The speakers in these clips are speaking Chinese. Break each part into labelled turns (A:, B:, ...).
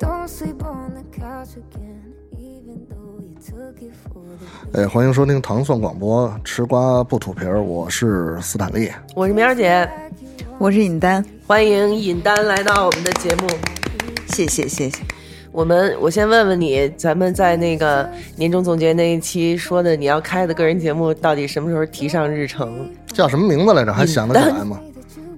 A: Don't sleep on the couch again, even though you took it for the
B: 哎，欢迎收听糖蒜广播，吃瓜不吐皮儿，我是斯坦利。
C: 我是苗姐，
D: 我是尹丹，
C: 欢迎尹丹来到我们的节目。
D: 谢谢谢谢。
C: 我们我先问问你，咱们在那个年终总结那一期说的你要开的个人节目，到底什么时候提上日程？
B: 叫什么名字来着？还想得起来吗？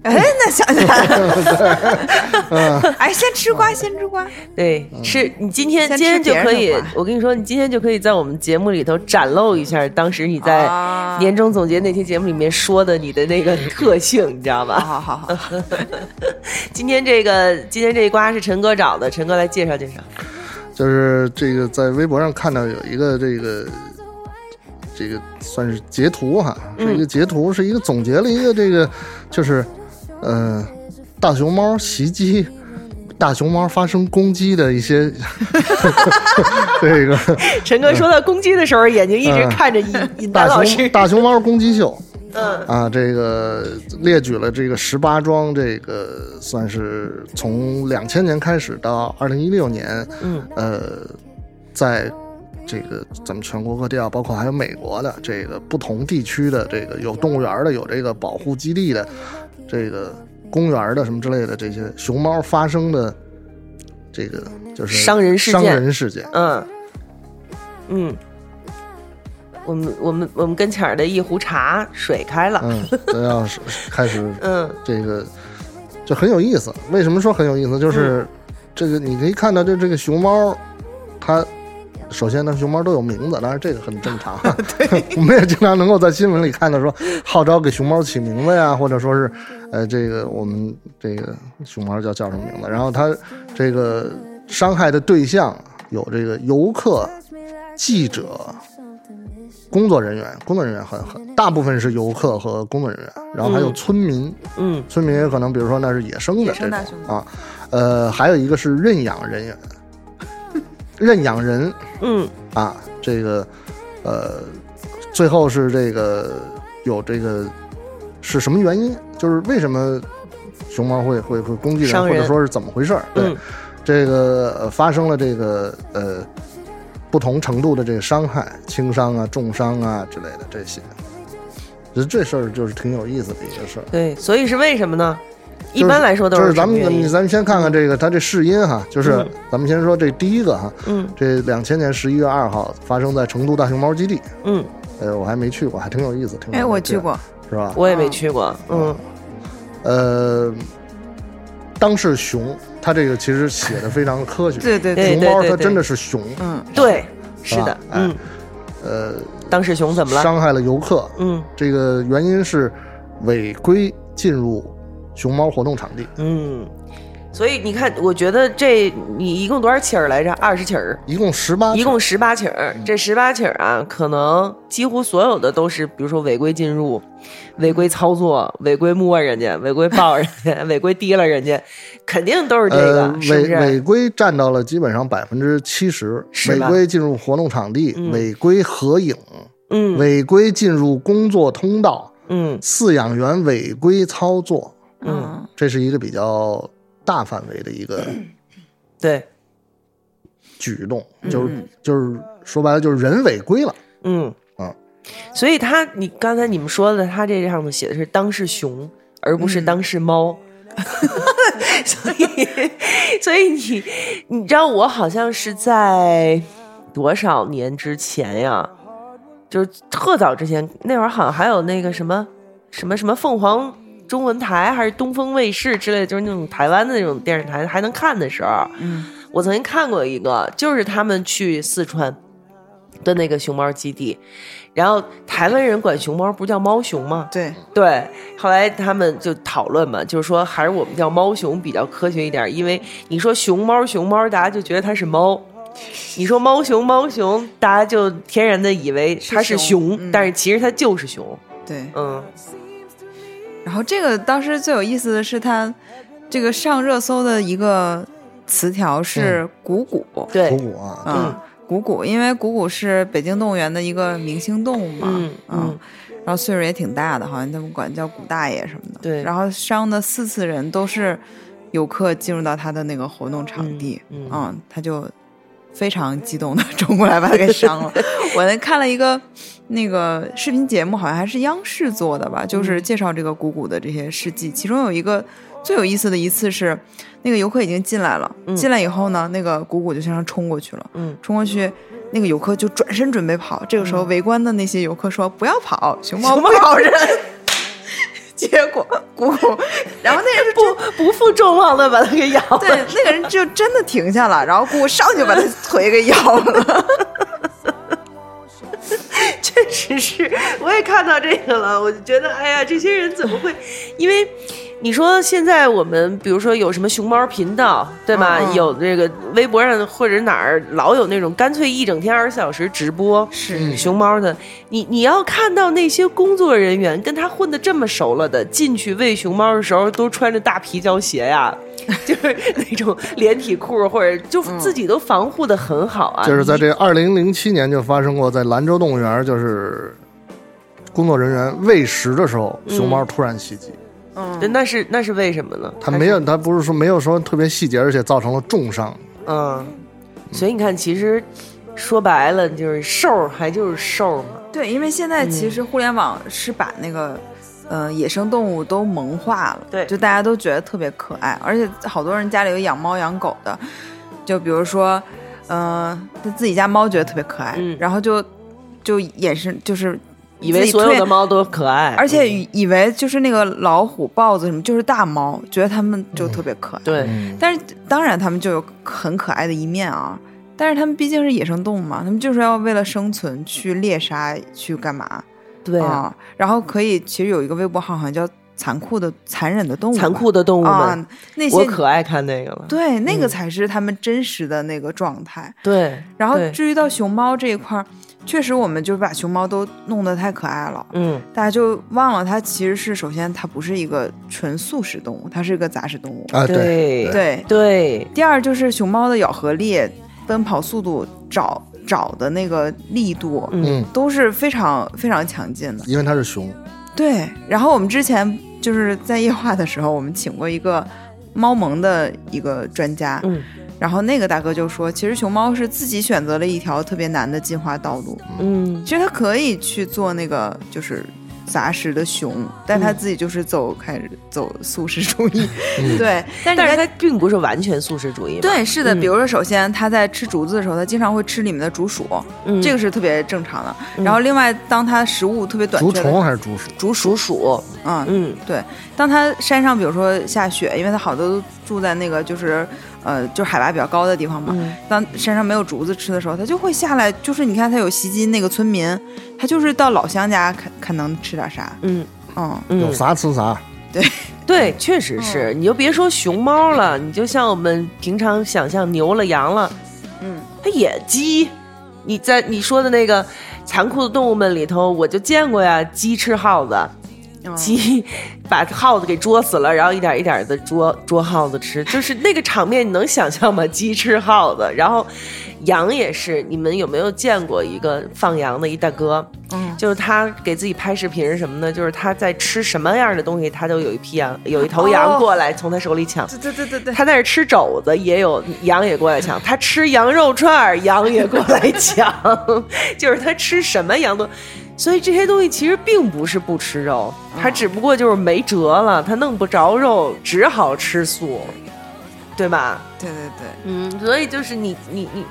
D: 哎，那 想起来了，哎，先吃瓜，先吃 瓜。
C: 对，是你今天
D: 嗯先吃
C: 今天就可
D: 别
C: 以
D: 人的瓜，
C: 我跟你说，你今天就可以在我们节目里头展露一下，当时你在
D: 啊
C: 年终总结那期节目里面说的你的那个特性，你知道吧？
D: 好好好 好，
C: 今天这个今天这一瓜是陈哥找的，陈哥来介绍介绍。
B: 就是这个，在微博上看到有一个这个这个算是截图哈，是一个截图，是一个总结了一个这个，就是呃，大熊猫袭击。大熊猫发生攻击的一些， 这个
C: 陈
D: 嗯
C: 哥说到攻击的时候，眼睛一直
B: 嗯
C: 看着尹尹
B: 大
C: 丹老
B: 熊
C: 师。
B: 大熊猫攻击秀，
C: 嗯
B: 啊，这个列举了这个十八桩，这个算是从两千年开始到二零一六年，
C: 嗯，
B: 呃，在这个咱们全国各地啊，包括还有美国的这个不同地区的这个有动物园的，有这个保护基地的，这个公园的什么之类的这些熊猫发生的这个就是
C: 伤人事件
B: 伤人事件，
C: 嗯，嗯，我们我们我们跟前儿的一壶茶水开了，
B: 嗯，都要是开始
C: 嗯
B: 这个就很有意思。为什么说很有意思？就是、这个你可以看到，就这个熊猫，它首先呢，熊猫都有名字，当然这个很正常。对， 我们也经常能够在新闻里看到说号召给熊猫起名字呀，或者说是呃，这个我们这个熊猫叫叫什么名字？然后它这个伤害的对象有这个游客、记者。工作人员，工作人员很很大部分是游客和工作人员，然后还有村民，
C: 嗯
B: 村民也可能，比如说那是野生的
D: 野
B: 这种
D: 生大熊
B: 啊，呃，还有一个是认养人员，认养人
C: 嗯
B: 啊，这个呃，最后是这个有这个是什么原因？就是为什么熊猫会会会攻击人，
C: 伤
B: 或
C: 人
B: 者说是怎么回事儿？对，
C: 嗯
B: 这个、呃、发生了这个呃不同程度的这个伤害，轻伤啊、重伤啊之类的这些。其实这事儿就是挺有意思的一个事儿。
C: 对，所以是为什么呢？一
B: 就是
C: 般来说都
B: 就是
C: 什
B: 咱
C: 么
B: 们
C: 原
B: 咱们
C: 因？
B: 咱们先看看这个它这试音哈，就是
C: 嗯
B: 咱们先说这第一个哈，
C: 嗯
B: 这两千年十一月二号发生在成都大熊猫基地，
C: 嗯，
B: 呃，我还没去过，还挺有意思，挺
D: 哎，我去过，
B: 是吧？
C: 我也没去过，嗯
B: 呃，当是熊，它这个其实写的非常科学，
D: 对对
C: 对
B: 熊猫
C: 对
B: 它
C: 对
B: 真的是熊，
D: 嗯，
C: 对，是的，
B: 吧哎
C: 嗯，
B: 呃，
C: 当时熊怎么了？
B: 伤害了游客，
C: 嗯
B: 这个原因是违规进入熊猫活动场地，
C: 嗯，所以你看，我觉得这你一共多少起儿来着？二十起儿。
B: 一共十八，
C: 一共十八起儿，
B: 嗯
C: 这十八起儿啊，可能几乎所有的都是，比如说违规进入、违规操作、违规摸人家、违规抱人家、 违规提了人家，肯定都是这个，
B: 呃，
C: 是不
B: 违违
C: 是？
B: 规占到了基本上百分之七十，
C: 是
B: 违
C: 吧
B: 规进入活动场地，
C: 嗯
B: 违规合影，
C: 嗯
B: 违规进入工作通道，
C: 嗯
B: 饲养员违规操作，
C: 嗯，
B: 这是一个比较大范围的一个
C: 对，
B: 举动， 就是就是说白了就是人违规了，
C: 嗯
B: 啊
C: 所以他，你刚才你们说的，他这上面写的是当是熊，而不
B: 嗯
C: 是当是猫。 所以，所以你，你知道我好像是在多少年之前呀？就是特早之前，那会儿好像还有那个什么什么什么凤凰中文台还是东风卫视之类的，就是那种台湾的那种电视台还能看的时候，
D: 嗯，
C: 我曾经看过一个，就是他们去四川的那个熊猫基地，然后台湾人管熊猫不叫猫熊吗？
D: 对，
C: 对，后来他们就讨论嘛，就是说还是我们叫猫熊比较科学一点，因为你说熊猫熊猫，大家就觉得它是 猫；你说猫熊猫熊，大家就天然的以为它是
D: 是
C: 熊，
D: 熊嗯
C: 但是其实它就是熊。
D: 对。
C: 嗯，
D: 然后这个当时最有意思的是，它这个上热搜的一个词条是“谷谷”，
B: 鼓
C: 对，
B: 鼓啊，
D: 嗯，谷谷，因为谷谷是北京动物园的一个明星动物嘛，
C: 嗯嗯
D: 然后岁数也挺大的，好像他们管叫谷大爷什么的。
C: 对
D: 然后伤的四次人都是游客进入到他的那个活动场地，
C: 嗯嗯
D: 他就非常激动的 冲过来把他给伤了。我那看了一个那个视频节目，好像还是央视做的吧，
C: 嗯
D: 就是介绍这个鼓鼓的这些事迹。其中有一个最有意思的一次是，那个游客已经进来了，进来以后呢，那个鼓鼓就向上冲过去了，
C: 嗯，
D: 冲过去。那个游客就转身准备跑，这个时候围观的那些游客说：“不要跑，嗯熊猫不咬人。” 结果鼓鼓，然后那人就
C: 不不负众望的把它给咬了。
D: 对，那个人就真的停下了，然后姑姑上去把他腿给咬了。
C: 确实是，我也看到这个了，我就觉得，哎呀，这些人怎么 会？因为你说现在我们，比如说有什么熊猫频道，对吧？
D: 嗯嗯
C: 有这个微博上或者哪儿老有那种干脆一整天二十四小时直播嗯
D: 是
C: 熊猫的，你你要看到那些工作人员跟他混得这么熟了的，进去喂熊猫的时候都穿着大皮胶鞋呀、 就是那种连体裤，或者就
D: 嗯
C: 自己都防护的很好啊。
B: 就是在这二零零七年就发生过，在兰州动物园，就是工作人员喂食的时候，熊
C: 嗯
B: 猫突然袭击。
D: 嗯
C: 对那是那是为什么呢？
B: 它没有，它不是说没有说特别细节，而且造成了重伤。
C: 嗯，所以你看，其实说白了就是瘦儿，还就是瘦儿嘛。
D: 对，因为现在其实互联网是把那个。呃，野生动物都萌化了，
C: 对
D: 就大家都觉得特别可爱，而且好多人家里有养猫养狗的，就比如说，呃，他自己家猫觉得特别可爱，
C: 嗯
D: 然后就就衍生就是
C: 以为
D: 自己
C: 所有
D: 推
C: 的猫都可爱，
D: 而且以以为就是那个老虎、豹子什么，就是大猫，觉得它们就特别可爱。
C: 对，
B: 嗯
D: 但是当然它们就有很可爱的一面啊。但是它们毕竟是野生动物嘛，它们就是要为了生存去猎杀去干嘛
C: 对啊，
D: 啊？然后可以其实有一个微博号好像叫“残酷的残忍的动物”，
C: 残酷的动物们
D: 啊，，那
C: 我
D: 些
C: 可嗯爱看那个了。
D: 对那个才是它们真实的那个状态。
C: 对，
D: 然后
C: 对
D: 至于到熊猫这一块儿，确实我们就把熊猫都弄得太可爱了，
C: 嗯，
D: 大家就忘了它其实是首先它不是一个纯素食动物，它是一个杂食动物。
B: 啊，对，
C: 对
D: 对，
C: 对
D: 第二就是熊猫的咬合力、奔跑速度、找找的那个力度，
B: 嗯，
D: 都是非常非常强劲的。
B: 因为它是熊，
D: 对，然后我们之前就是在夜话的时候，我们请过一个猫萌的一个专家，
C: 嗯
D: 然后那个大哥就说，其实熊猫是自己选择了一条特别难的进化道路，
C: 嗯
D: 其实它可以去做那个就是。杂食的熊，但它自己就是走开始走素食主义，
B: 嗯
D: 对。但
C: 但
D: 是
C: 是
D: 它
C: 它并不是完全素食主义嘛。
D: 对，是的，
C: 嗯
D: 比如说，首先它在吃竹子的时候，它经常会吃里面的竹鼠，
C: 嗯，
D: 这个是特别正常的。然后另外，当它食物特别短
B: 竹
D: 缺的时候，
B: 虫还是竹鼠？
C: 竹鼠鼠，
D: 嗯，
C: 嗯
D: 对，当它山上比如说下雪，因为它好多都住在那个就是呃就是海拔比较高的地方嘛，
C: 嗯
D: 当山上没有竹子吃的时候，它就会下来，就是你看它有袭击那个村民，它就是到老乡家看看能吃点啥，
C: 嗯
D: 嗯，
B: 有
C: 嗯，
B: 啥吃啥。
C: 对，确实是。你就别说熊猫了，你就像我们平常想象牛了、羊了，
D: 嗯，
C: 它也鸡。你在你说的那个残酷的动物们里头，我就见过呀，鸡吃耗子，
D: 嗯
C: 鸡把耗子给捉死了，然后一点一点的捉捉耗子吃，就是那个场面，你能想象吗？鸡吃耗子，然后羊也是。你们有没有见过一个放羊的一大哥？
D: 嗯
C: 就是他给自己拍视频什么的，就是他在吃什么样的东西，他都有一批羊，有一头
D: 哦
C: 羊过来从他手里抢。
D: 对对对对
C: 他在那儿吃肘子，也有羊也过来抢；他吃羊肉串儿，羊也过来抢。 就是他吃什么羊都，所以这些东西其实并不是不吃肉，他只不过就是没辙了，他弄不着肉，只好吃素，对吧？
D: 对对对，
C: 嗯，所以就是你你你，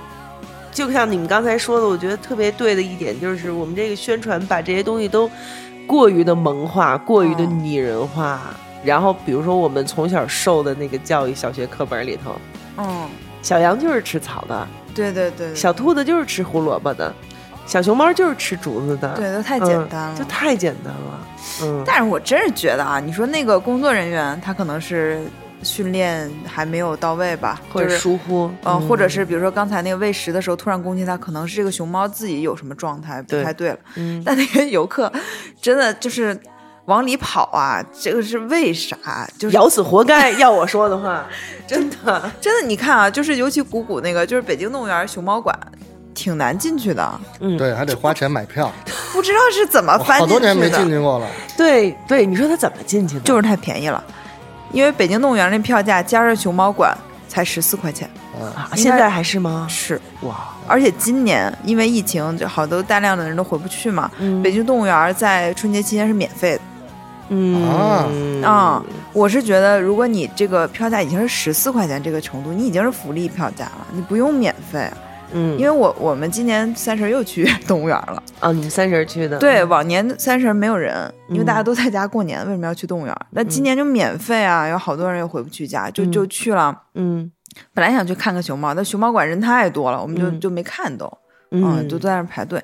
C: 就像你们刚才说的，我觉得特别对的一点就是，我们这个宣传把这些东西都过于的萌化，过于的
D: 嗯
C: 拟人化。然后，比如说我们从小受的那个教育小学课本里头，
D: 嗯，
C: 小羊就是吃草的，
D: 对对对，对
C: 小兔子就是吃胡萝卜的，小熊猫就是吃竹子的，
D: 对都太
C: 嗯，
D: 简单了，
C: 就太简单了。嗯，
D: 但是我真是觉得啊，你说那个工作人员他可能是训练还没有到位吧，
C: 或者
D: 就是
C: 疏忽，嗯
D: 呃，或者
C: 是
D: 是比如说刚才那个喂食的时候突然攻击它，可能是这个熊猫自己有什么状态不
C: 对
D: 太对了。
C: 嗯
D: 但那个游客真的就是往里跑啊，这个是为啥？就是
C: 咬死活该。要我说的话，真的，
D: 真的，你看啊，就是尤其鼓鼓那个，就是北京动物园熊猫馆，挺难进去的，
C: 嗯，
B: 对，还得花钱买票，
D: 不知道是怎么
B: 我
D: 翻
B: 好
D: 进去的。
B: 多年没进去过了。
C: 对对，你说他怎么进去的？
D: 就是太便宜了。因为北京动物园那票价加上熊猫馆才十四块钱，
B: 啊，
C: 啊现在还是吗？
D: 是。
C: 哇，
B: 嗯
D: 而且今年因为疫情，就好多大量的人都回不去嘛。
C: 嗯
D: 北京动物园在春节期间是免费
C: 嗯
D: 的啊、我是觉得，如果你这个票价已经是十四块钱这个程度，你已经是福利票价了，你不用免费。啊
C: 嗯，
D: 因为我我们今年三十儿又去动物园了，
C: 啊，你们三十去的，
D: 对，往年三十儿没有人，因为大家
C: 嗯
D: 都在家过年，为什么要去动物园？那今年就免费啊，有好多人又回不去家，就
C: 嗯
D: 就去了。
C: 嗯
D: 本来想去看看熊猫，但熊猫馆人太多了，我们就
C: 嗯
D: 就没看都。嗯，
C: 嗯，
D: 就在那儿排队。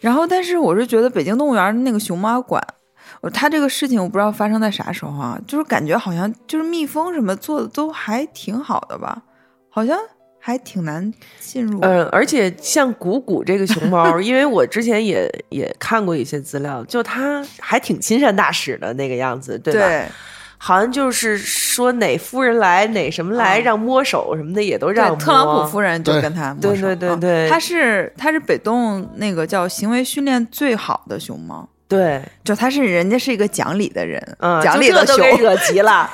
D: 然后，但是我是觉得北京动物园那个熊猫馆，我它这个事情我不知道发生在啥时候啊，就是感觉好像就是蜜蜂什么做的都还挺好的吧，好像还挺难进入。
C: 嗯，而且像谷谷这个熊猫，因为我之前也也看过一些资料，就它还挺亲善大使的那个样子，对吧？
D: 对
C: 好像就是说哪夫人来哪什么来，
D: 啊
C: 让摸手什么的也都
D: 对
C: 让摸。
D: 特朗普夫人就
B: 对
D: 跟他握
C: 对
D: 手
C: 对对
D: 嗯
C: 对
D: 他是他是北动那个叫行为训练最好的熊猫，
C: 对，
D: 就他是人家是一个讲理的人，
C: 嗯，
D: 讲
C: 就
D: 理的
C: 这都
D: 熊
C: 给，惹急 了，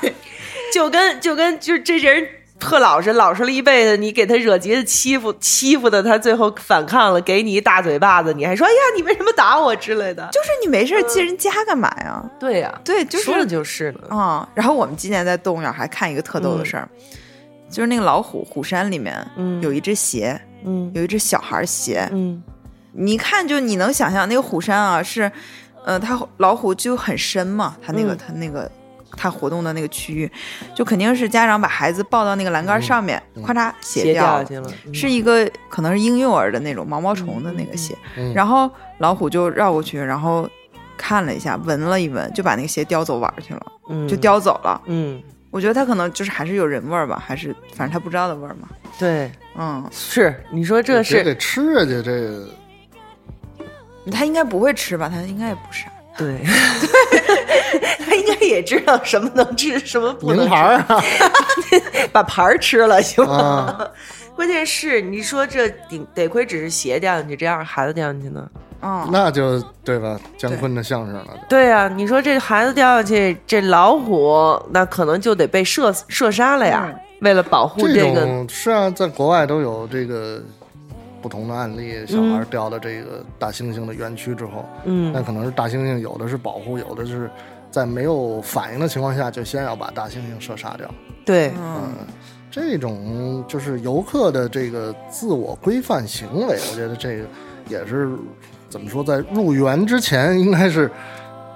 C: 就跟就跟就是这人。特老实，老实了一辈子，你给他惹急了，欺负欺负的，他最后反抗了，给你一大嘴巴子，你还说哎呀，你为什么打我之类的？
D: 就是你没事儿进人家干嘛呀？
C: 对呀、
D: 对，就
C: 嗯
D: 是
C: 说了就是了。
D: 啊、然后我们今年在动物园还看一个特逗的事儿，就是那个老虎虎山里面，
C: 嗯
D: 有一只鞋，
C: 嗯
D: 有一只小孩儿鞋，
C: 嗯
D: 你一看就你能想象那个虎山啊是，呃，它老虎就很深嘛，它那个、
C: 嗯
D: 它那个它活动的那个区域，就肯定是家长把孩子抱到那个栏杆上面，咔嚓鞋
C: 斜
D: 掉
C: 嗯掉
D: 了
C: 下去了，嗯
D: 是一个可能是婴幼儿的那种毛毛虫的那个鞋，
C: 嗯
D: 然后老虎就绕过去，然后看了一下，闻了一闻，就把那个鞋叼走玩儿去了，
C: 嗯
D: 就叼走了。
C: 嗯，
D: 我觉得他可能就是还是有人味儿吧，还是反正他不知道的味儿嘛。
C: 对，
D: 嗯，
C: 是你说这
B: 这
C: 是
B: 得吃下去，这个
D: 他应该不会吃吧？他应该也不傻。
C: 对， 他应该也知道什么能吃，什么不能
B: 名
C: 吃
B: 牌儿啊
C: 把盘儿吃了行吗？
B: 啊，
C: 关键是你说这顶得亏只是鞋掉进去，这样孩子掉进去呢？
D: 嗯，
B: 那就对吧？姜昆的相声了，
C: 对啊，你说这孩子掉下去，这老虎那可能就得被射射杀了呀。为了保护
B: 嗯这
C: 个，
B: 种是啊，在国外都有这个不同的案例，小孩掉到这个大猩猩的园区之后，那
C: 嗯
B: 可能是大猩猩有的是保护，有的是在没有反应的情况下就先要把大猩猩射杀掉。
C: 对，
D: 嗯，
B: 这种就是游客的这个自我规范行为，我觉得这个也是怎么说，在入园之前应该是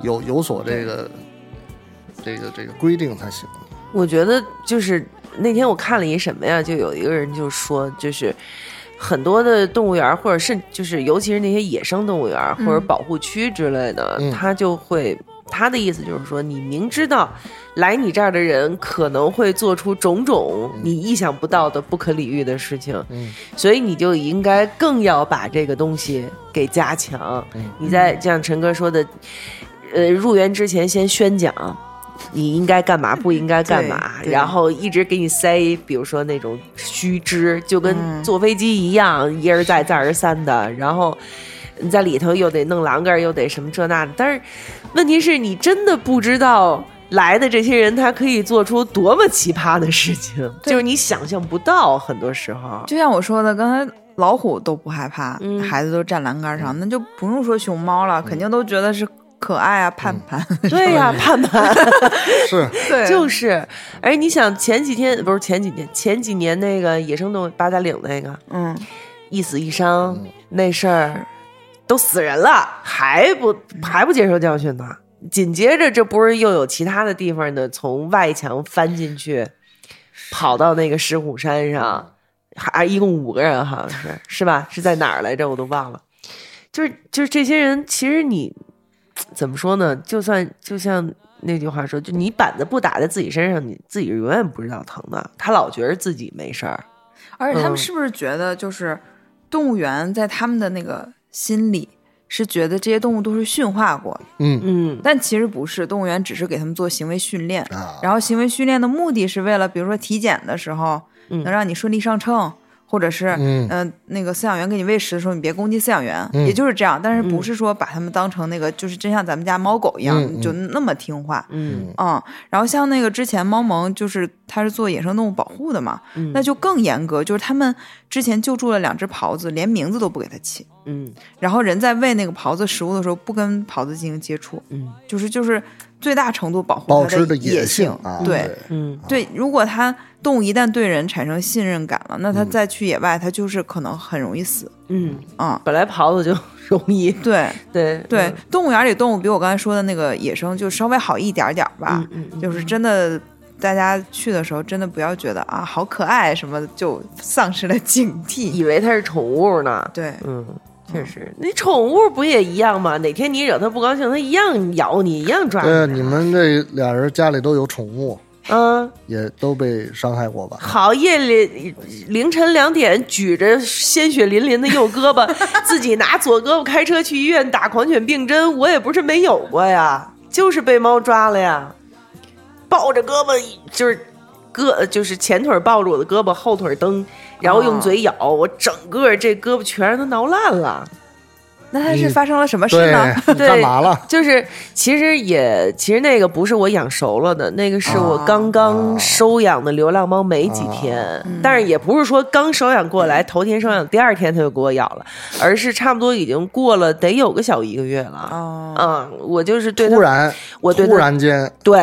B: 有有所这个这个这个规定才行。
C: 我觉得就是那天我看了一什么呀，就有一个人就说，就是很多的动物园儿，或者是就是尤其是那些野生动物园儿或者
D: 嗯
C: 保护区之类的，
B: 嗯
C: 他就会他的意思就是说，你明知道来你这儿的人可能会做出种种你意想不到的、不可理喻的事情，
B: 嗯
C: 所以你就应该更要把这个东西给加强。
B: 嗯
C: 你在就像陈哥说的，呃，入园之前先宣讲。你应该干嘛，不应该干嘛，
D: 嗯对对
C: 然后一直给你塞，比如说那种须知，就跟
D: 嗯
C: 坐飞机一样，一而再，再而三的，然后你在里头又得弄栏杆，又得什么这那的。但是问题是你真的不知道来的这些人，他可以做出多么奇葩的事情，
D: 对
C: 就是你想象不到，很多时候。
D: 就像我说的，刚才老虎都不害怕，
C: 嗯
D: 孩子都站栏杆上，那就不用说熊猫了，肯定都觉得是可爱啊，
C: 嗯
D: 盼盼。
C: 对呀、盼盼
B: 是，
D: 对，
C: 就是，哎，你想前几天不是前几天，前几年那个野生动物八达岭那个
D: 嗯，
C: 一死一伤、那事儿，都死人了，还不还不接受教训呢？紧接着这不是又有其他的地方呢，从外墙翻进去，跑到那个石虎山上，还一共五个人好像是是吧？是在哪儿来着？我都忘了。就是就是这些人，其实你怎么说呢？就算就像那句话说，就你板子不打在自己身上，你自己是永远不知道疼的。他老觉得自己没事儿，
D: 而且他们
C: 嗯
D: 是不是觉得就是动物园在他们的那个心里是觉得这些动物都是驯化过的，
B: 嗯
C: 嗯，
D: 但其实不是，动物园只是给他们做行为训练。
B: 啊，
D: 然后行为训练的目的是为了，比如说体检的时候
C: 嗯
D: 能让你顺利上秤，或者是
B: 嗯
D: 嗯、呃那个饲养员给你喂食的时候，你别攻击饲养员，
B: 嗯
D: 也就是这样。但是不是说把它们当成那个，就是真像咱们家猫狗一样，
B: 嗯嗯
D: 就那么听话。
C: 嗯
D: 嗯，然后像那个之前猫盟，就是它是做野生动物保护的嘛，
C: 嗯
D: 那就更严格，就是他们之前救助了两只狍子，连名字都不给它起，
C: 嗯
D: 然后人在喂那个狍子食物的时候，不跟狍子进行接触，
C: 嗯
D: 就是就是最大程度保护
B: 保
D: 它
B: 持的
D: 野
B: 性啊，
D: 对，
C: 嗯
D: 对，如果它动物一旦对人产生信任感了，那
B: 嗯
D: 它再去野外，它就是可能很容易死
C: 嗯，
D: 啊、
C: 本来狍子就容易，
D: 对
C: 对
D: 对，
B: 嗯
D: 动物园里动物比我刚才说的那个野生就稍微好一点儿点儿吧
C: 嗯，嗯嗯
D: 就是真的。大家去的时候，真的不要觉得啊好可爱什么的，就丧失了警惕。
C: 以为它是宠物呢。
D: 对，
C: 嗯，确实，你宠物不也一样吗？哪天你惹它不高兴，它一样咬你，一样抓
B: 对，啊你
C: 你。
B: 们这俩人家里都有宠物，
C: 嗯，
B: 也都被伤害过吧？
C: 好，夜里凌晨两点，举着鲜血淋淋的右胳膊，自己拿左胳膊开车去医院打狂犬病针，我也不是没有过呀，就是被猫抓了呀，抱着胳膊就是胳就是前腿抱着我的胳膊，后腿蹬，然后用嘴咬，我整个这胳膊全让它挠烂了。
D: 那它是
B: 你
D: 发生了什么事
B: 对
D: 呢？，
B: 你
C: 对
B: 干嘛了？
C: 就是其实也其实那个不是我养熟了的，那个是我
D: 啊
C: 刚刚收养的流浪猫没几天，但是也不是说刚收养过来，头天收养，第二天它就给我咬了，而是差不多已经过了得有个小一个月了。
D: 哦，
C: 嗯，我就是对它
B: 突然，
C: 我对它
B: 突然间，啊
C: 对，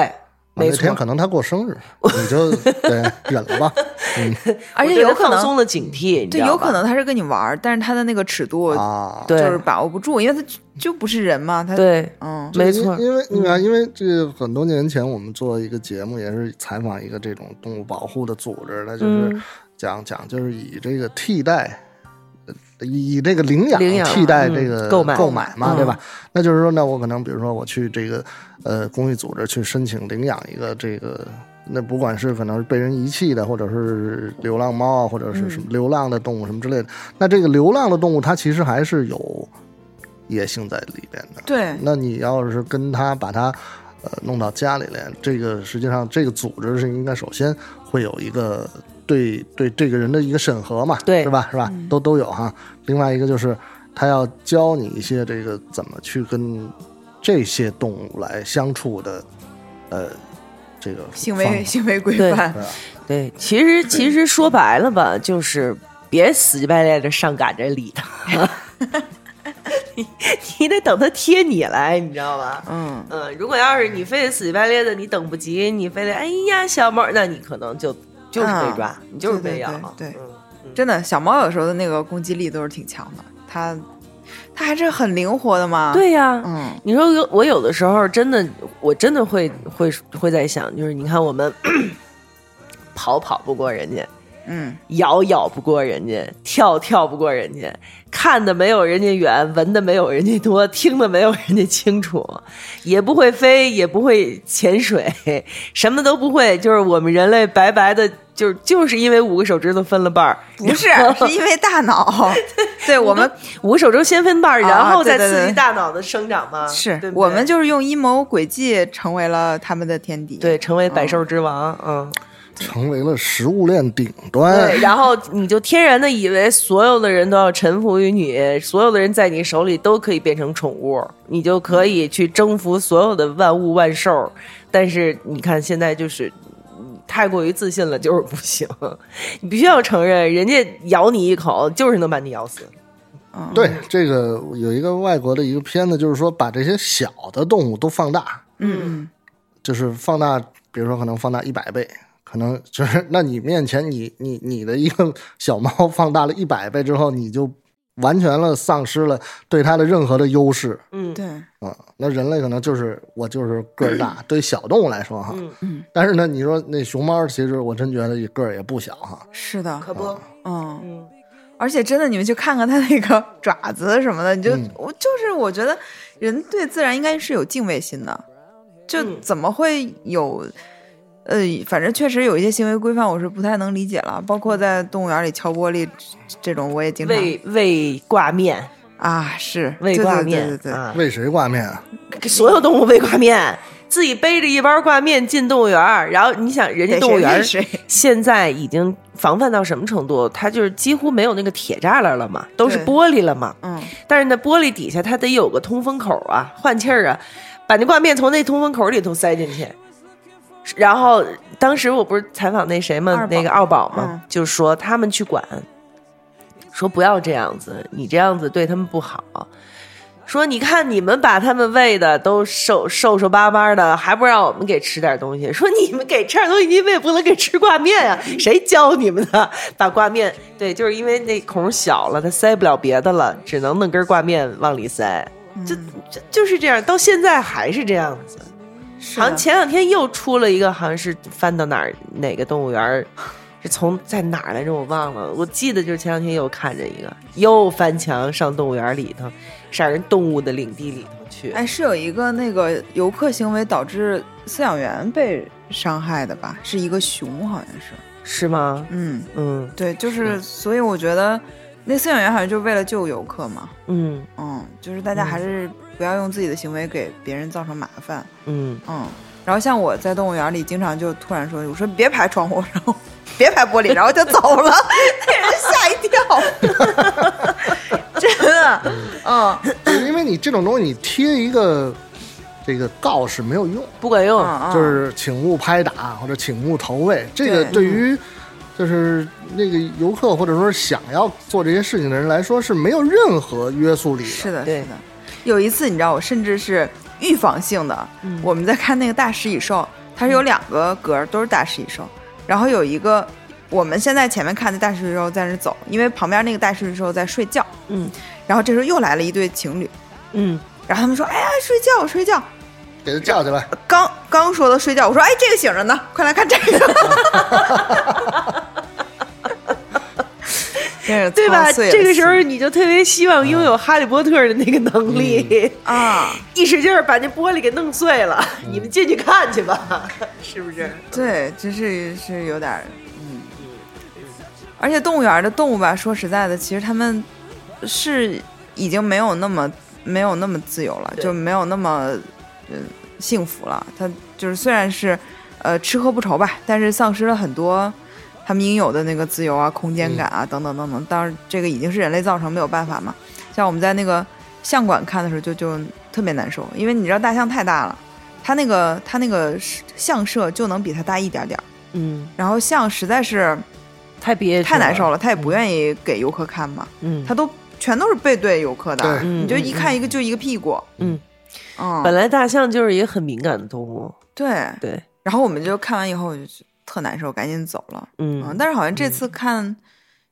C: 没
B: 那天
C: 错，
B: 可能他过生日，你 就对忍了吧。
D: 而
C: 我
D: 且
C: 对它
D: 有可
C: 放
D: 能
C: 松了警惕，你知
D: 对，
C: 道吧哦
D: 有可能它是跟你玩儿，但是它的那个尺度
B: 啊，
C: 对
D: 就是把握不住，因为它就就不是人嘛，它
C: 对，
D: 嗯
C: 没错
B: 因，因为你看，因为这个很多年前我们做一个节目，也是采访一个这种动物保护的组织，它就是
C: 嗯
B: 讲讲就是以这个替代。呃以这个领养
C: 领养
B: 替代
C: 嗯
B: 这个
C: 购买
B: 购买嘛，
C: 嗯
B: 对吧？那就是说，那我可能比如说我去这个呃公益组织去申请领养一个这个，那不管是可能是被人遗弃的，或者是流浪猫啊，或者是什么
C: 嗯
B: 流浪的动物什么之类的。那这个流浪的动物它其实还是有野性在里边的，
D: 对，
B: 那你要是跟他把他呃弄到家里来，这个实际上这个组织是应该首先会有一个对对这个人的一个审核嘛，
C: 对
B: 是吧？是吧？
D: 嗯
B: 都都有哈。另外一个就是他要教你一些这个怎么去跟这些动物来相处的，呃，这个
D: 行
B: 方法
D: 为行为规
C: 对
D: 范，
B: 对吧
C: 对，其实 其实说白了吧，就是别死乞白赖的上赶着理它， 你你得等它贴你来，你知道吧？
D: 嗯，
C: 嗯，如果要是你非得死乞白赖的，你等不及，你非得哎呀小猫，那你可能就就是被抓，
D: 啊
C: 你就是
D: 对
C: 被
D: 对
C: 咬
D: 对。对
C: 嗯
D: 真的，小猫有时候的那个攻击力都是挺强的，它它还是很灵活的嘛。，
C: 对呀、
D: 嗯
C: 你说有我有的时候真的，我真的会会会在想，就是你看我们 跑跑不过人家，
D: 嗯，
C: 咬咬不过人家，跳跳不过人家，看的没有人家远，闻的没有人家多，听的没有人家清楚，也不会飞，也不会潜水，什么都不会，就是我们人类白白的，就是就是因为五个手指头分了瓣儿，
D: 不是，是因为大 脑。对我们
C: 五个手指头先分瓣儿，
D: 啊
C: 然后再
D: 对对
C: 刺激
D: 对
C: 大脑的生长嘛，
D: 是
C: 对不对
D: 我们 就是用阴谋诡计成为了他们的天敌。
C: 对成为百兽之王，嗯，
B: 成为了食物链顶端
C: 对，。然后你就天然的以为所有的人都要臣服于你，所有的人在你手里都可以变成宠物，你就可以去征服所有的万物万兽。但是你看现在就是。你太过于自信了，就是不行。你必须要承认，人家咬你一口，就是能把你咬死。
D: 嗯，
B: 对，这个有一个外国的一个片子，就是说把这些小的动物都放大，
D: 嗯
B: 就是放大，比如说可能放大一百倍，可能就是那你面前你你你的一个小猫放大了一百倍之后，你就完全了丧失了对它的任何的优势
C: 嗯
D: 嗯，，对，
B: 啊、那人类可能就是我就是个儿大，对小动物来说哈
C: 嗯，
D: 嗯
B: 但是呢，你说那熊猫其实我真觉得个儿也不小哈，
D: 是的，
C: 可不，
D: 嗯。
C: 嗯，
D: 而且真的，你们去看看它那个爪子什么的，你就、
B: 嗯
D: 我就是我觉得人对自然应该是有敬畏心的，就
C: 嗯
D: 怎么会有？呃，反正确实有一些行为规范，我是不太能理解了。包括在动物园里敲玻璃这这种，我也经常
C: 喂喂嗯挂面，
D: 啊，是
C: 喂挂面，
D: 对对对对对
C: 啊，
B: 为谁挂面啊？
C: 给所有动物喂挂面，自己背着一包挂面进动物园儿，然后你想人家
D: 得
C: 动物
D: 谁
C: 园
D: 认
C: 儿
D: 谁？
C: 现在已经防范到什么程度？它就是几乎没有那个铁栅栏了嘛，都是
D: 对
C: 玻璃了嘛。
D: 嗯，
C: 但是那玻璃底下它得有个通风口啊，换气儿啊，把那挂面从那通风口里头塞进去。然后当时我不是采访那谁
D: 二
C: 嘛，
D: 宝
C: 那个二宝嘛，
D: 嗯
C: 就说他们去管，说不要这样子，你这样子对他们不好。说你看你们把他们喂的都瘦瘦瘦巴巴的，还不让我们给吃点东西？说你们给吃点东西，你为不能给吃挂面啊？谁教你们的？把挂面对，就是因为那孔小了，它塞不了别的了，只能弄根挂面往里塞。就就就是这样，到现在还是这样子。
D: 是
C: 好
D: 的
C: 像前两天又出了一个，好像是翻到哪儿哪个动物园儿，是从在哪儿来着？我忘了。我记得就是前两天又看着一个，又翻墙上动物园里头，上人动物的领地里头去。
D: 哎，是有一个那个游客行为导致饲养员被伤害的吧？是一个熊，好像是。
C: 是吗？
D: 嗯，
C: 嗯
D: 对，就是，所以我觉得那饲养员好像就是为了救游客嘛。
C: 嗯
D: 嗯，就是大家还是不要用自己的行为给别人造成麻烦。
C: 嗯，
D: 嗯，然后像我在动物园里，经常就突然说：“我说别拍窗户，然后 别拍玻璃，然后就走了， 那人吓一跳， 真的。”嗯
B: 就是因为你这种东西，你贴一个这个告示没有用，
C: 不管用。
D: 嗯，
B: 就是请勿拍打或者请勿投喂，这个
D: 对
B: 对于就是那个游客或者说想要做这些事情的人来说是没有任何约束力的。
D: 是的，
C: 对
D: 是的。有一次，你知道，我甚至是预防性的。我们在看那个大食蚁兽，它是有两个格儿都是大食蚁兽，然后有一个我们现在前面看的大食蚁兽在那走，因为旁边那个大食蚁兽在睡觉，
C: 嗯
D: 然后这时候又来了一对情侣，
C: 嗯，
D: 然后他们说：“哎呀，睡觉睡觉。
B: 给他叫起来，”
D: 刚刚说的睡觉，我说：“哎，这个醒着呢，快来看这个。” 真 是
C: 对吧？
D: 操碎了嗯
C: 这个时候
D: 心
C: 你就特别希望拥有哈利波特的那个能力，
D: 啊，
C: 一使劲儿把那玻璃给弄碎了。
D: 嗯
C: 你们进去看去 吧，是不是？
D: 对，真是是有点儿，嗯。而且动物园儿的动物吧，说实在的，其实他们是已经没有那么没有那么自由了，
C: 对
D: 就没有那么嗯幸福了。它就是虽然是呃吃喝不愁吧，但是丧失了很多他们应有的那个自由啊、空间感啊、等等等等。当然，这个已经是人类造成，没有办法嘛。像我们在那个象馆看的时候就，就特别难受，因为你知道大象太大了。它那个它那个象舍就能比它大一点点儿，
C: 嗯，
D: 然后象实在是
C: 太憋屈
D: 太难受
C: 了。
D: 了，它也不愿意给游客看嘛，
C: 嗯，
D: 它都全都是背对游客的，
B: 对
C: 嗯
D: 你就一看一个就一个屁股，
C: 嗯，
D: 嗯，
C: 本来大象就是一个很敏感的动物，
D: 对，
C: 对，
D: 然后我们就看完以后我就特难受，赶紧走了，嗯，
C: 嗯，
D: 但是好像这次看，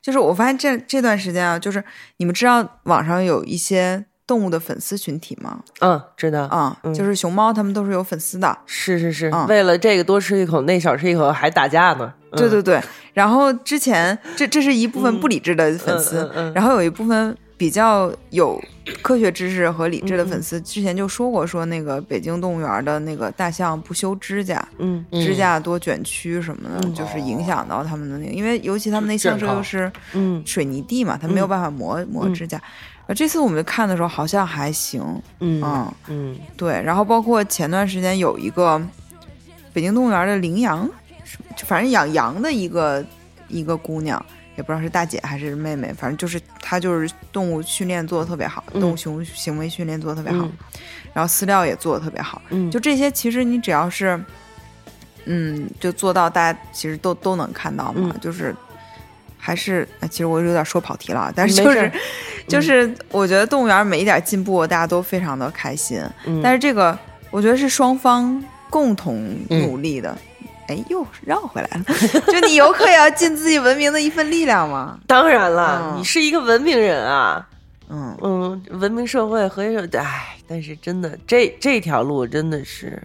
D: 就是我发现这这段时间啊，就是你们知道网上有一些动物的粉丝群体吗？
C: 嗯，知道，
D: 啊、
C: 嗯
D: 就是熊猫它们都是有粉丝的，
C: 是是是，
D: 嗯
C: 为了这个多吃一口，那少吃一口，还打架呢。嗯
D: 对对对，然后之前这这是一部分不理智的粉丝，
C: 嗯嗯嗯嗯
D: 然后有一部分比较有科学知识和理智的粉丝，之前就说过说那个北京动物园的那个大象不修指甲，
C: 嗯
D: 指甲多卷曲什么的，就是影响到他们的那个，因为尤其他们那象
B: 健
D: 舍
B: 康
D: 又是
C: 嗯
D: 水泥地嘛，他没有办法磨、磨指甲。而这次我们看的时候好像还行，
C: 嗯
D: 嗯，
C: 嗯
D: 对，然后包括前段时间有一个北京动物园的羚羊，是就反正养羊的一个一个姑娘，也不知道是大姐还是妹妹，反正就是她就是动物训练做的特别好，动物行行为训练做的特别好，
C: 嗯
D: 然后饲料也做的特别好，
C: 嗯，
D: 就这些其实你只要是嗯，就做到大家其实都都能看到嘛，
C: 嗯
D: 就是。还是，哎其实我有点说跑题了，啊但是
C: 没
D: 就
C: 事
D: 是
C: 儿，嗯
D: 就是我觉得动物园每一点进步，大家都非常的开心。
C: 嗯
D: 但是这个我觉得是双方共同努力的。
C: 嗯
D: 哎，又绕回来了， 就你游客也要尽自己文明的一份力量嘛。
C: 当然了，
D: 嗯
C: 你是一个文明人啊，
D: 嗯，
C: 嗯，文明社会和谐社会，哎，但是真的这这条路真的是。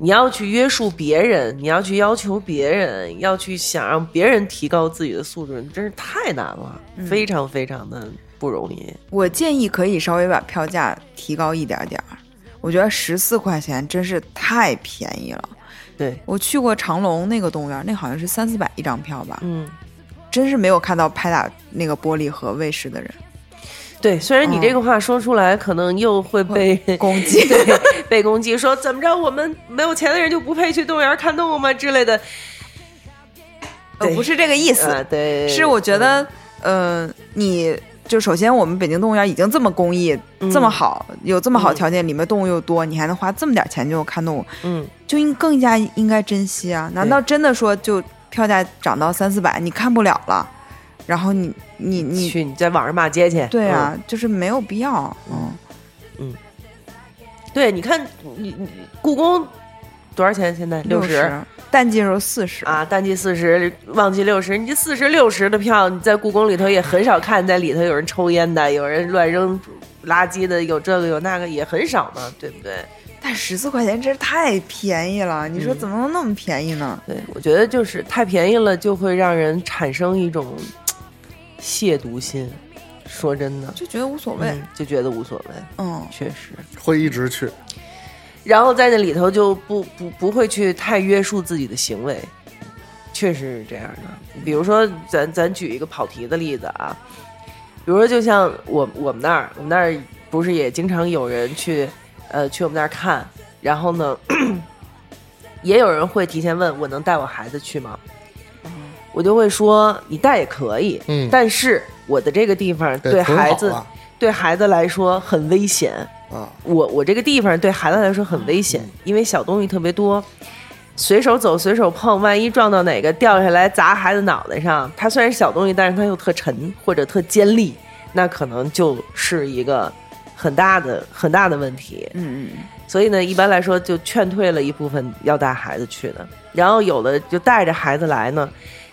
C: 你要去约束别人，你要去要求别人，要去想让别人提高自己的素质，真是太难了，
D: 嗯
C: 非常非常的不容易。
D: 我建议可以稍微把票价提高一点点儿。我觉得十四块钱真是太便宜了。
C: 对，
D: 我去过长隆那个动物园，那好像是三四百一张票吧，
C: 嗯，
D: 真是没有看到拍打那个玻璃和卫士的人。
C: 对，虽然你这个话说出来，可能又会被
D: 嗯攻击
C: 对，被攻击说怎么着，我们没有钱的人就不配去动物园看动物吗之类的。
D: 呃
C: 对
D: 不是这个意思，
C: 啊，对，
D: 是我觉得，
C: 嗯
D: 呃，你就首先我们北京动物园已经这么公益、
C: 嗯
D: 这么好，有这么好条件，里面动物又多，你还能花这么点钱就看动物，
C: 嗯，
D: 就应更加应该珍惜啊！难道真的说就票价涨到三四百，你看不了了，然后你你你
C: 嗯去你嗯在网上骂街去。
D: 对啊，就是没有必要，嗯，
C: 嗯，对，你看你你故宫多少钱？现在六十。
D: 十，淡季的时候四十，
C: 啊，淡季四十，旺季六十。你这四十六十的票，你在故宫里头也很少看，在里头有人抽烟的，有人乱扔垃圾的，有这个有那个，也很少嘛，对不对？
D: 但十四块钱真是太便宜了，你说
C: 嗯
D: 怎么能那么便宜呢？
C: 对，我觉得就是太便宜了，就会让人产生一种嘖亵渎心。说真的，
D: 就觉得无所谓，
C: 嗯，就觉得无所谓，
D: 嗯
C: 确实。
B: 会一直去。
C: 然后在那里头就不不不会去太约束自己的行为，确实是这样的。比如说，咱咱举一个跑题的例子啊，比如说，就像我我们那儿，我们那儿不是也经常有人去，呃，去我们那儿看，然后呢， 也有人会提前问我能带我孩子去吗？我就会说你带也可以，
B: 嗯
C: 但是我的这个地方
B: 对
C: 对
B: 很
C: 孩
B: 好
C: 子
B: 啊
C: 对孩子来说很危险，
B: 啊，
C: 我我这个地方对孩子来说很危险，因为小东西特别多，随手走随手碰，万一撞到哪个掉下来砸孩子脑袋上，它虽然是小东西，但是它又特沉或者特尖利，那可能就是一个很大的很大的问题。
D: 嗯嗯
C: 所以呢，一般来说就劝退了一部分要带孩子去的，然后有的就带着孩子来呢，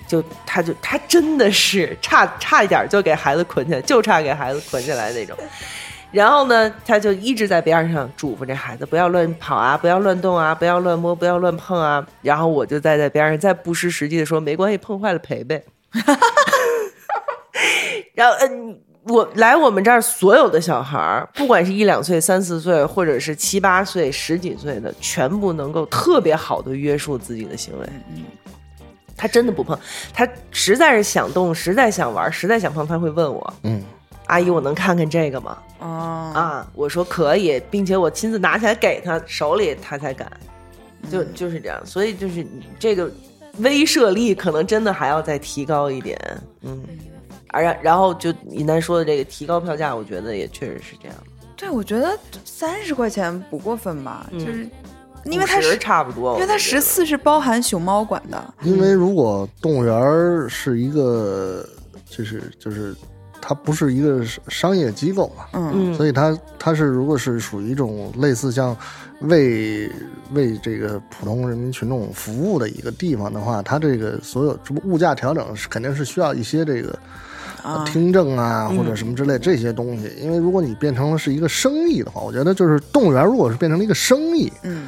C: 就他就他真的是差差一点就给孩子捆起来，就差给孩子捆起来那种。然后呢，他就一直在边上嘱咐这孩子不要乱跑啊，不要乱动啊，不要乱摸，不要乱碰啊。然后我就在在边上再不失时机的说，没关系，碰坏了赔呗。然后，嗯，我来我们这儿所有的小孩儿，不管是一两岁、三四岁，或者是七八岁、十几岁的，全部能够特别好的约束自己的行为。他真的不碰，他实在是想动，实在想玩，实在想碰，他会问我
B: 嗯，：“
C: 阿姨，我能看看这个吗？”
D: 嗯，哦
C: 啊，我说可以，并且我亲自拿起来给他手里，他才敢，就就是这样。所以就是你这个威慑力可能真的还要再提高一点，嗯。而然然后就尹丹说的这个提高票价，我觉得也确实是这样，
D: 对，我觉得三十块钱不过分吧，
C: 嗯
D: 就是因为它
C: 50
D: 是
C: 差不多，
D: 因为它
C: 我觉
D: 十
C: 得
D: 四是包含熊猫馆的，
B: 因为如果动物园儿是一个，就是就是，它不是一个商业机构嘛，
C: 嗯，
D: 嗯，
B: 所以它它是如果是属于一种类似像为为这个普通人民群众服务的一个地方的话，它这个所有这不物价调整是肯定是需要一些这个呃听证啊或者什么之类这些东西，因为如果你变成了是一个生意的话，我觉得就是动物园如果是变成了一个生意，
D: 嗯，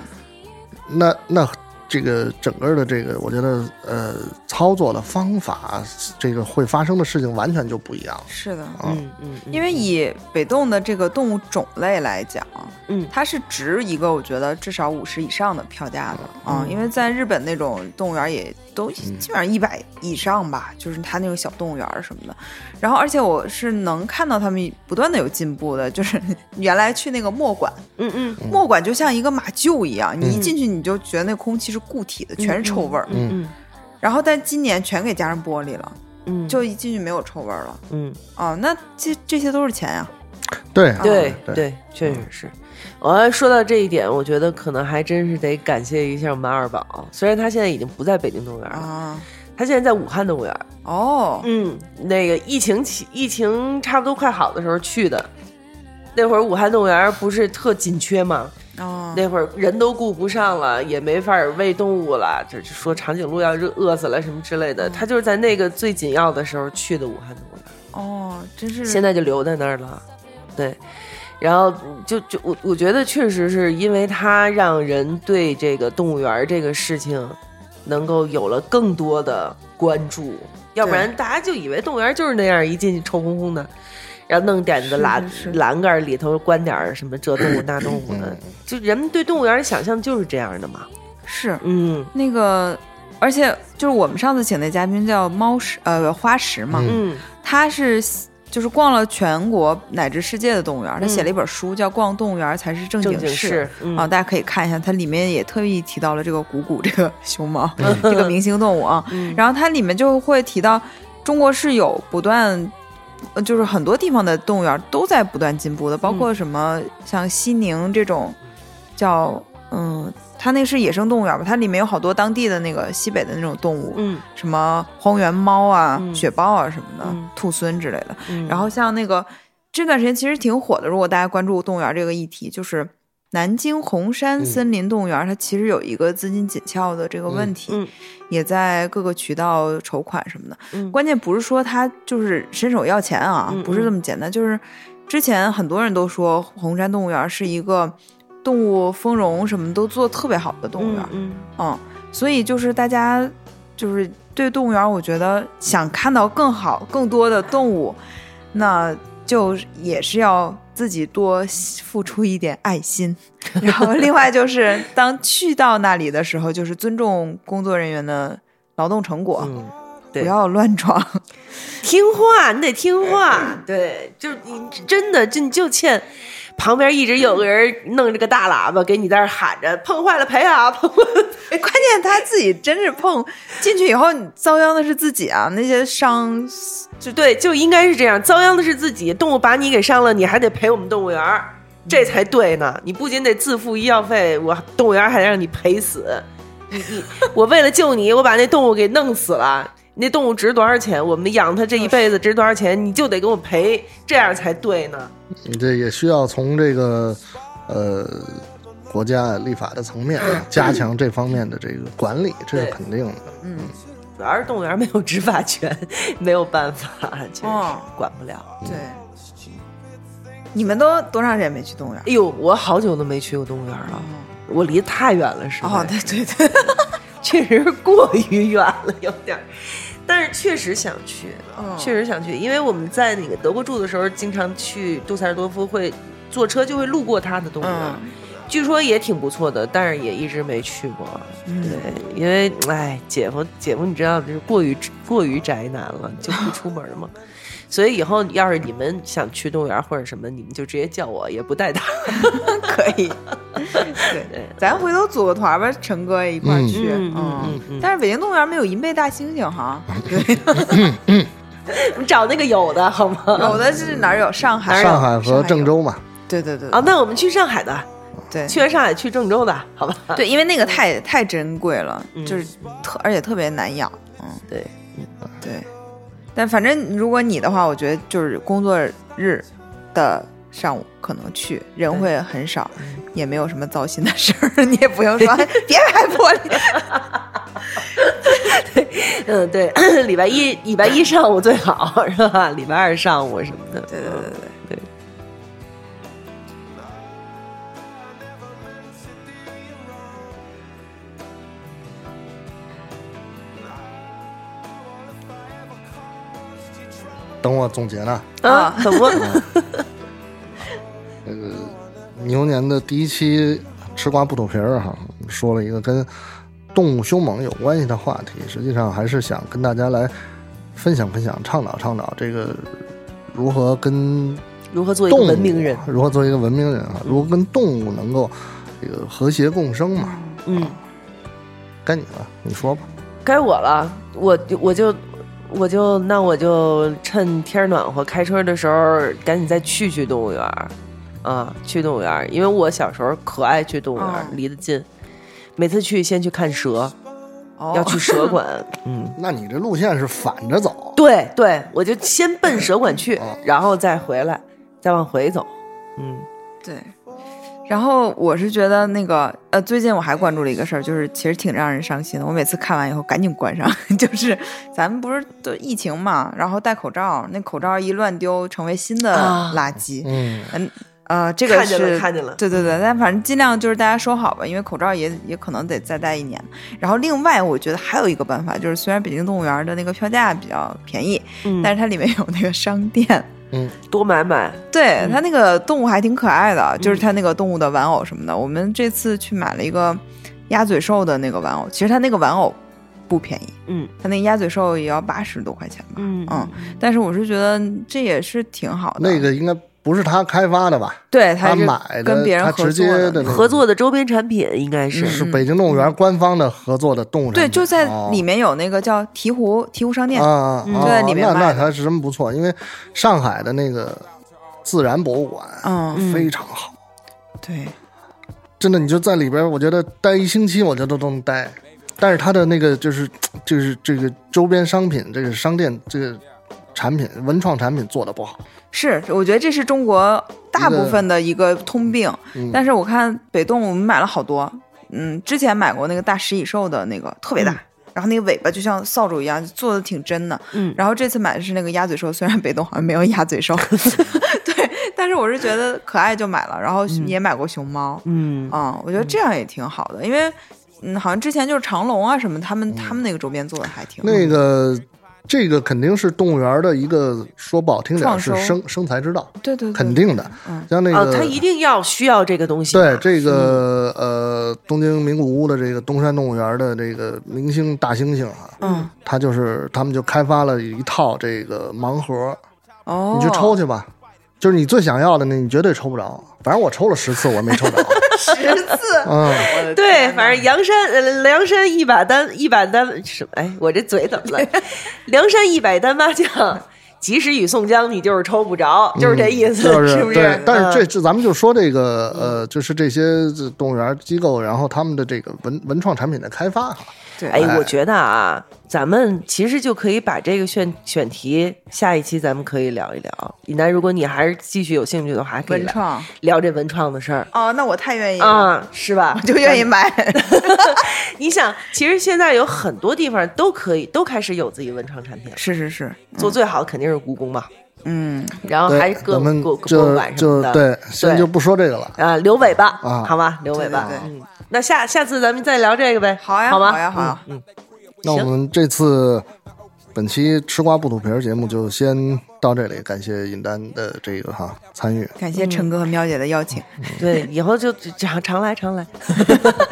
B: 那那。这个整个的这个，我觉得呃，操作的方法，这个会发生的事情完全就不一样了。
D: 是的，
C: 嗯嗯嗯
D: 因为以北洞的这个动物种类来讲，
C: 嗯
D: 它是值一个我觉得至少五十以上的票价的啊、因为在日本那种动物园也都基本上一百以上吧，就是它那种小动物园什么的。然后，而且我是能看到他们不断的有进步的，就是 原来去那个墨馆，
C: 嗯嗯
D: 墨馆就像一个马厩一样，你一进去你就觉得那空气是固体的，全是臭味儿。
C: 嗯
D: 然后，但今年全给加上玻璃了，
C: 嗯，
D: 就一进去没有臭味儿了。
C: 嗯
D: 哦，那这这些都是钱呀、
B: 对
D: 啊
C: 对
B: 对
C: 对，确
D: 嗯
C: 实是。我要说到这一点，我觉得可能还真是得感谢一下马二宝，虽然他现在已经不在北京动物园了，
D: 啊！
C: 他现在在武汉动物园。
D: 哦，
C: 嗯，那个疫情起，疫情差不多快好的时候去的。那会儿武汉动物园不是特紧缺吗？
D: 哦，
C: 那会儿人都顾不上了，也没法儿喂动物了，这就说长颈鹿要是饿死了什么之类的。他就是在那个最紧要的时候去的武汉动物园。
D: 哦，真是
C: 现在就留在那儿了。对，然后就就我我觉得确实是因为它让人对这个动物园儿这个事情能够有了更多的关注，要不然大家就以为动物园儿就是那样一进去臭烘烘的。然后弄点子栏
D: 是是
C: 栏杆儿里头关点儿什么这动物那动物
B: 嗯
C: 的，就人们对动物园儿的想象就是这样的嘛。
D: 是
C: 嗯
D: 那个，而且就是我们上次请的嘉宾叫猫石呃花石嘛，
B: 嗯
C: 嗯
D: 他是就是逛了全国乃至世界的动物园儿，他写了一本书叫《逛动物园才是正
C: 嗯正
D: 经
C: 经事嗯
D: 啊，大家可以看一下，它里面也特意提到了这个古古这个熊猫、
C: 嗯
D: 这个明星动物啊，然后它里面就会提到中国是有不断。呃就是很多地方的动物园都在不断进
C: 嗯
D: 步的，包括什么像西宁这种叫嗯，它那是野生动物园吧？它里面有好多当地的那个西北的那种动物，
C: 嗯
D: 什么荒原猫啊、
C: 嗯
D: 雪豹啊什么的，
C: 嗯
D: 兔狲之类的。
C: 嗯，
D: 然后像那个这段时间其实挺火的，如果大家关注动物园这个议题，就是南京红
C: 嗯
D: 山森林动物园，它其实有一个资金紧俏的这个问题，
C: 嗯嗯
D: 也在各个渠道筹款什么的。
C: 嗯
D: 关键不是说它就是伸手要钱啊，
C: 嗯
D: 不是这么简单，就是之前很多人都说红山动物园是一个动物丰容什么都做得特别好的动物园，
C: 嗯
D: 嗯，所以就是大家就是对动物园，我觉得想看到更好、更多的动物，那就也是要自己多付出一点爱心。 然后另外就是，当去到那里的时候，就是尊重工作人员的劳动成果，
C: 嗯，对
D: 不要乱闯。
C: 听话，你得听话，对，就是你真的就你就欠。旁边一直有个人弄着个大喇叭给你在那儿喊着，碰坏了赔啊！碰坏了
D: 哎关键他自己真是碰进去以后，你遭殃的是自己啊，那些伤
C: 就对，就应该是这样。遭殃的是自己，动物把你给伤了，你还得赔我们动物园儿，这才对呢。你不仅得自付医药费，我动物园儿还得让你赔死。你你， 我为了救你，我把那动物给弄死了。那动物值多少钱？我们养它这一辈子值多少钱？你就得给我赔，这样才对呢。
B: 你这也需要从这个呃国家立法的层面啊加强这方面的这个管理，这是
C: 嗯对
B: 肯定的。
C: 主要是动物园没有执法权， 没有办法，确实
D: 哦
C: 管不了。
D: 对。你们都多长时间没去动物园？
C: 哎呦，我好久都没去过动物园了，我离太远了，是吧？
D: 嗯哦，对对对，
C: 确实过于远了，有点儿。但是确实想去，
D: 嗯
C: 确实想去，因为我们在那个德国住的时候，经常去杜塞尔多夫会坐车就会路过它的动物园，
D: 嗯
C: 据说也挺不错的，但是也一直没去过。
D: 嗯
C: 对，因为哎，姐夫姐夫，你知道，就是过于过于宅男了，就不出门 嘛。所以以后要是你们想去动物园或者什么，你们就直接叫我，也不带他。
D: 可以。对，咱回头组个团吧，陈哥一块儿去。
C: 嗯嗯嗯啊嗯
D: 但是北京动物园没有银背大猩猩哈， 对，
C: 你找那个有的好吗？
D: 有的是哪儿有？上海有，
B: 上海和郑
D: 有。
B: 州嘛，
D: 对对对，
C: 啊，那我们去上海的，
D: 对
C: 去完上海去郑州的，好吧？
D: 对，因为那个太太珍贵了，
C: 嗯
D: 就是特而且特别难养。嗯，
C: 对，
D: 对。但反正如果你的话，我觉得就是工作日的上午可能去人会很少，也没有什么糟心的事儿， 你也不 用说别拍玻璃。
C: 嗯，对，礼拜一礼拜一上午最好是吧？礼拜二上午什么的，对对对对对。
B: 等我总结呢。
C: 啊，怎么？
B: 牛年的第一期吃瓜不吐皮儿哈，说了一个跟动物凶猛有关系的话题，实际上还是想跟大家来分享分享、倡导倡导这个如何跟
C: 如何做一个
B: 动物
C: 文明人？
B: 如何做一个文明人啊，如何跟动物能够这个和谐共生嘛。
C: 嗯，
B: 该你了，你说吧。
C: 该我了，我我就我就那我就趁天儿暖和，开车的时候赶紧再去去动物园儿啊，去动物园儿，因为我小时候可爱去动物园儿，
D: 哦
C: 离得近，每次去先去看蛇，
D: 哦
C: 要去蛇 馆，嗯。
B: 那你这路线是反着走，
C: 对对，我就先奔蛇馆去，然后再回来，再往回走。嗯
D: 对，然后我是觉得那个呃，最近我还关注了一个事儿，就是其实挺让人伤心的。我每次看完以后赶紧关上， 就是咱们不是都疫情嘛，然后戴口罩，那口罩一乱丢，成为新的
C: 啊
D: 垃圾。
B: 嗯，
D: 嗯呃，这个
C: 看见了
D: 是
C: 看见了
D: 对对对，但反正尽量就是大家收好吧，因为口罩也也可能得再戴一年。然后另外，我觉得还有一个办法，就是虽然北京动物园的那个票价比较便宜，
C: 嗯
D: 但是它里面有那个商店，
C: 多买买，
D: 对它那个动物还挺可爱的，就是它那个动物的玩偶什么的。我们这次去买了一个鸭嘴兽的那个玩偶，其实它那个玩偶不便宜，
C: 嗯
D: 它那鸭嘴兽也要八十多块钱吧。
C: 嗯
D: 嗯，但是我是觉得这也是挺好的。
B: 那个应该不是他开发的吧？
D: 对，它
B: 他
D: 是
B: 买的，
D: 跟别人
B: 他
D: 合
B: 直
D: 作
B: 接
D: 的
B: 的那个
C: 合作的周边产品应该是
B: 是北京动物园官方的合作的动物
D: 对，
B: 产品
D: 就在
B: 哦
D: 里面有那个叫鹈鹕鹈鹕商店，
B: 啊，
D: 就在里面
B: 那
D: 卖
B: 那
D: 的
B: 还是真不错，因为上海的那个自然博物馆
D: 嗯，
B: 非常好，
D: 对，
B: 真的，你就在里边，我觉得待一星期，我觉得都能待。但是它的那个就是就是这个周边商品，这个商店这个产品文创产品做的不好，
D: 是，我觉得这是中国大部分的一个通病。
B: 嗯
D: 但是我看北动，我们买了好多，嗯，之前买过那个大食蚁兽的那个，特别大。然后那个尾巴就像扫帚一样，做的挺真的。
C: 嗯
D: 然后这次买的是那个鸭嘴兽，虽然北动好像没有鸭嘴兽，对，但是我是觉得可爱就买了。然后也买过熊猫，
B: 啊
C: 嗯
D: 嗯，我觉得这样也挺好的，因为嗯，好像之前就是长隆啊什么，他们他们那个周边做的还挺好。
B: 那个。这个肯定是动物园的一个说不好听点儿是
D: 创收
B: 生生财之道，
D: 对对对，嗯
B: 肯定的。像那
C: 哦，
B: 个
C: 他一定要需要这个东西
B: 对
C: 吧，
B: 这个呃，东京名古屋的这个东山动物园的这个明星大猩猩啊，
D: 嗯，
B: 它就是他们就开发了一套这个盲盒，
D: 哦，
B: 你去抽去吧。就是你最想要的那，你绝对抽不着。反正我抽了十次，我没抽 着。
D: 十次，
B: 嗯，
C: 对，反正梁山呃梁山一把单一把单什么？哎，我这嘴怎 么了？梁山一百单八将，及时雨宋江，你就是抽不着，就是这意思，
B: 嗯就是
C: 不
B: 对
C: 是？。
B: 但是这
C: 嗯
B: 这咱们就说这个呃，就是这些这动物园机构，然后他们的这个文文创产品的开发哈，
D: 对，
C: 哎，我觉得啊，咱们其实就可以把这个选选题，下一期咱们可以聊一聊。尹楠，如果你还是继续有兴趣的话，还可以
D: 文
C: 聊
D: 创
C: 聊这文创的事儿
D: 哦，那我太愿意了，
C: 啊，是吧？
D: 就愿意买。
C: 你想，其实现在有很多地方都可以，都开始有自己文创产品了。
D: 是是是，
C: 做最好的肯定是故宫嘛，
D: 嗯，
C: 然后
B: 对
C: 哦还是各
B: 我们
C: 各各博物
B: 就
C: 馆什
B: 就
C: 么的。
B: 对，先
C: 对
B: 就不说这个了。
C: 啊，留尾巴
B: 啊
C: 好吗？留尾巴。
D: 对对
C: 嗯，那下下次咱们再聊这个呗，
D: 好呀，
C: 好吗？嗯
D: 呀，好呀，
B: 那我们这次本期吃瓜不吐皮儿节目就先到这里，感谢尹丹的这个哈参与。
D: 感谢陈哥和喵姐的邀请，
C: 对，以后就常常来常来。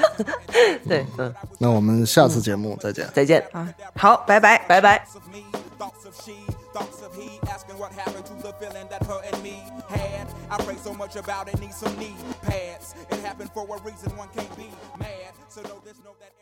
C: 对，嗯，
B: 那我们下次节目再见。
C: 再见，
D: 啊，好，拜拜，
C: 拜拜。
E: thoughts of me, thoughts of she, thoughts of he, asking what happened to the feeling that her and me had. I pray so much about it, need some knee pads. It happened for a reason, one can't be mad. So know this, know that.